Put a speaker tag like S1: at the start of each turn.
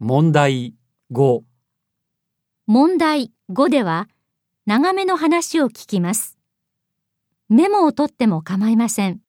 S1: 問題5、
S2: 問題5では、長めの話を聞きます。メモを取っても構いません。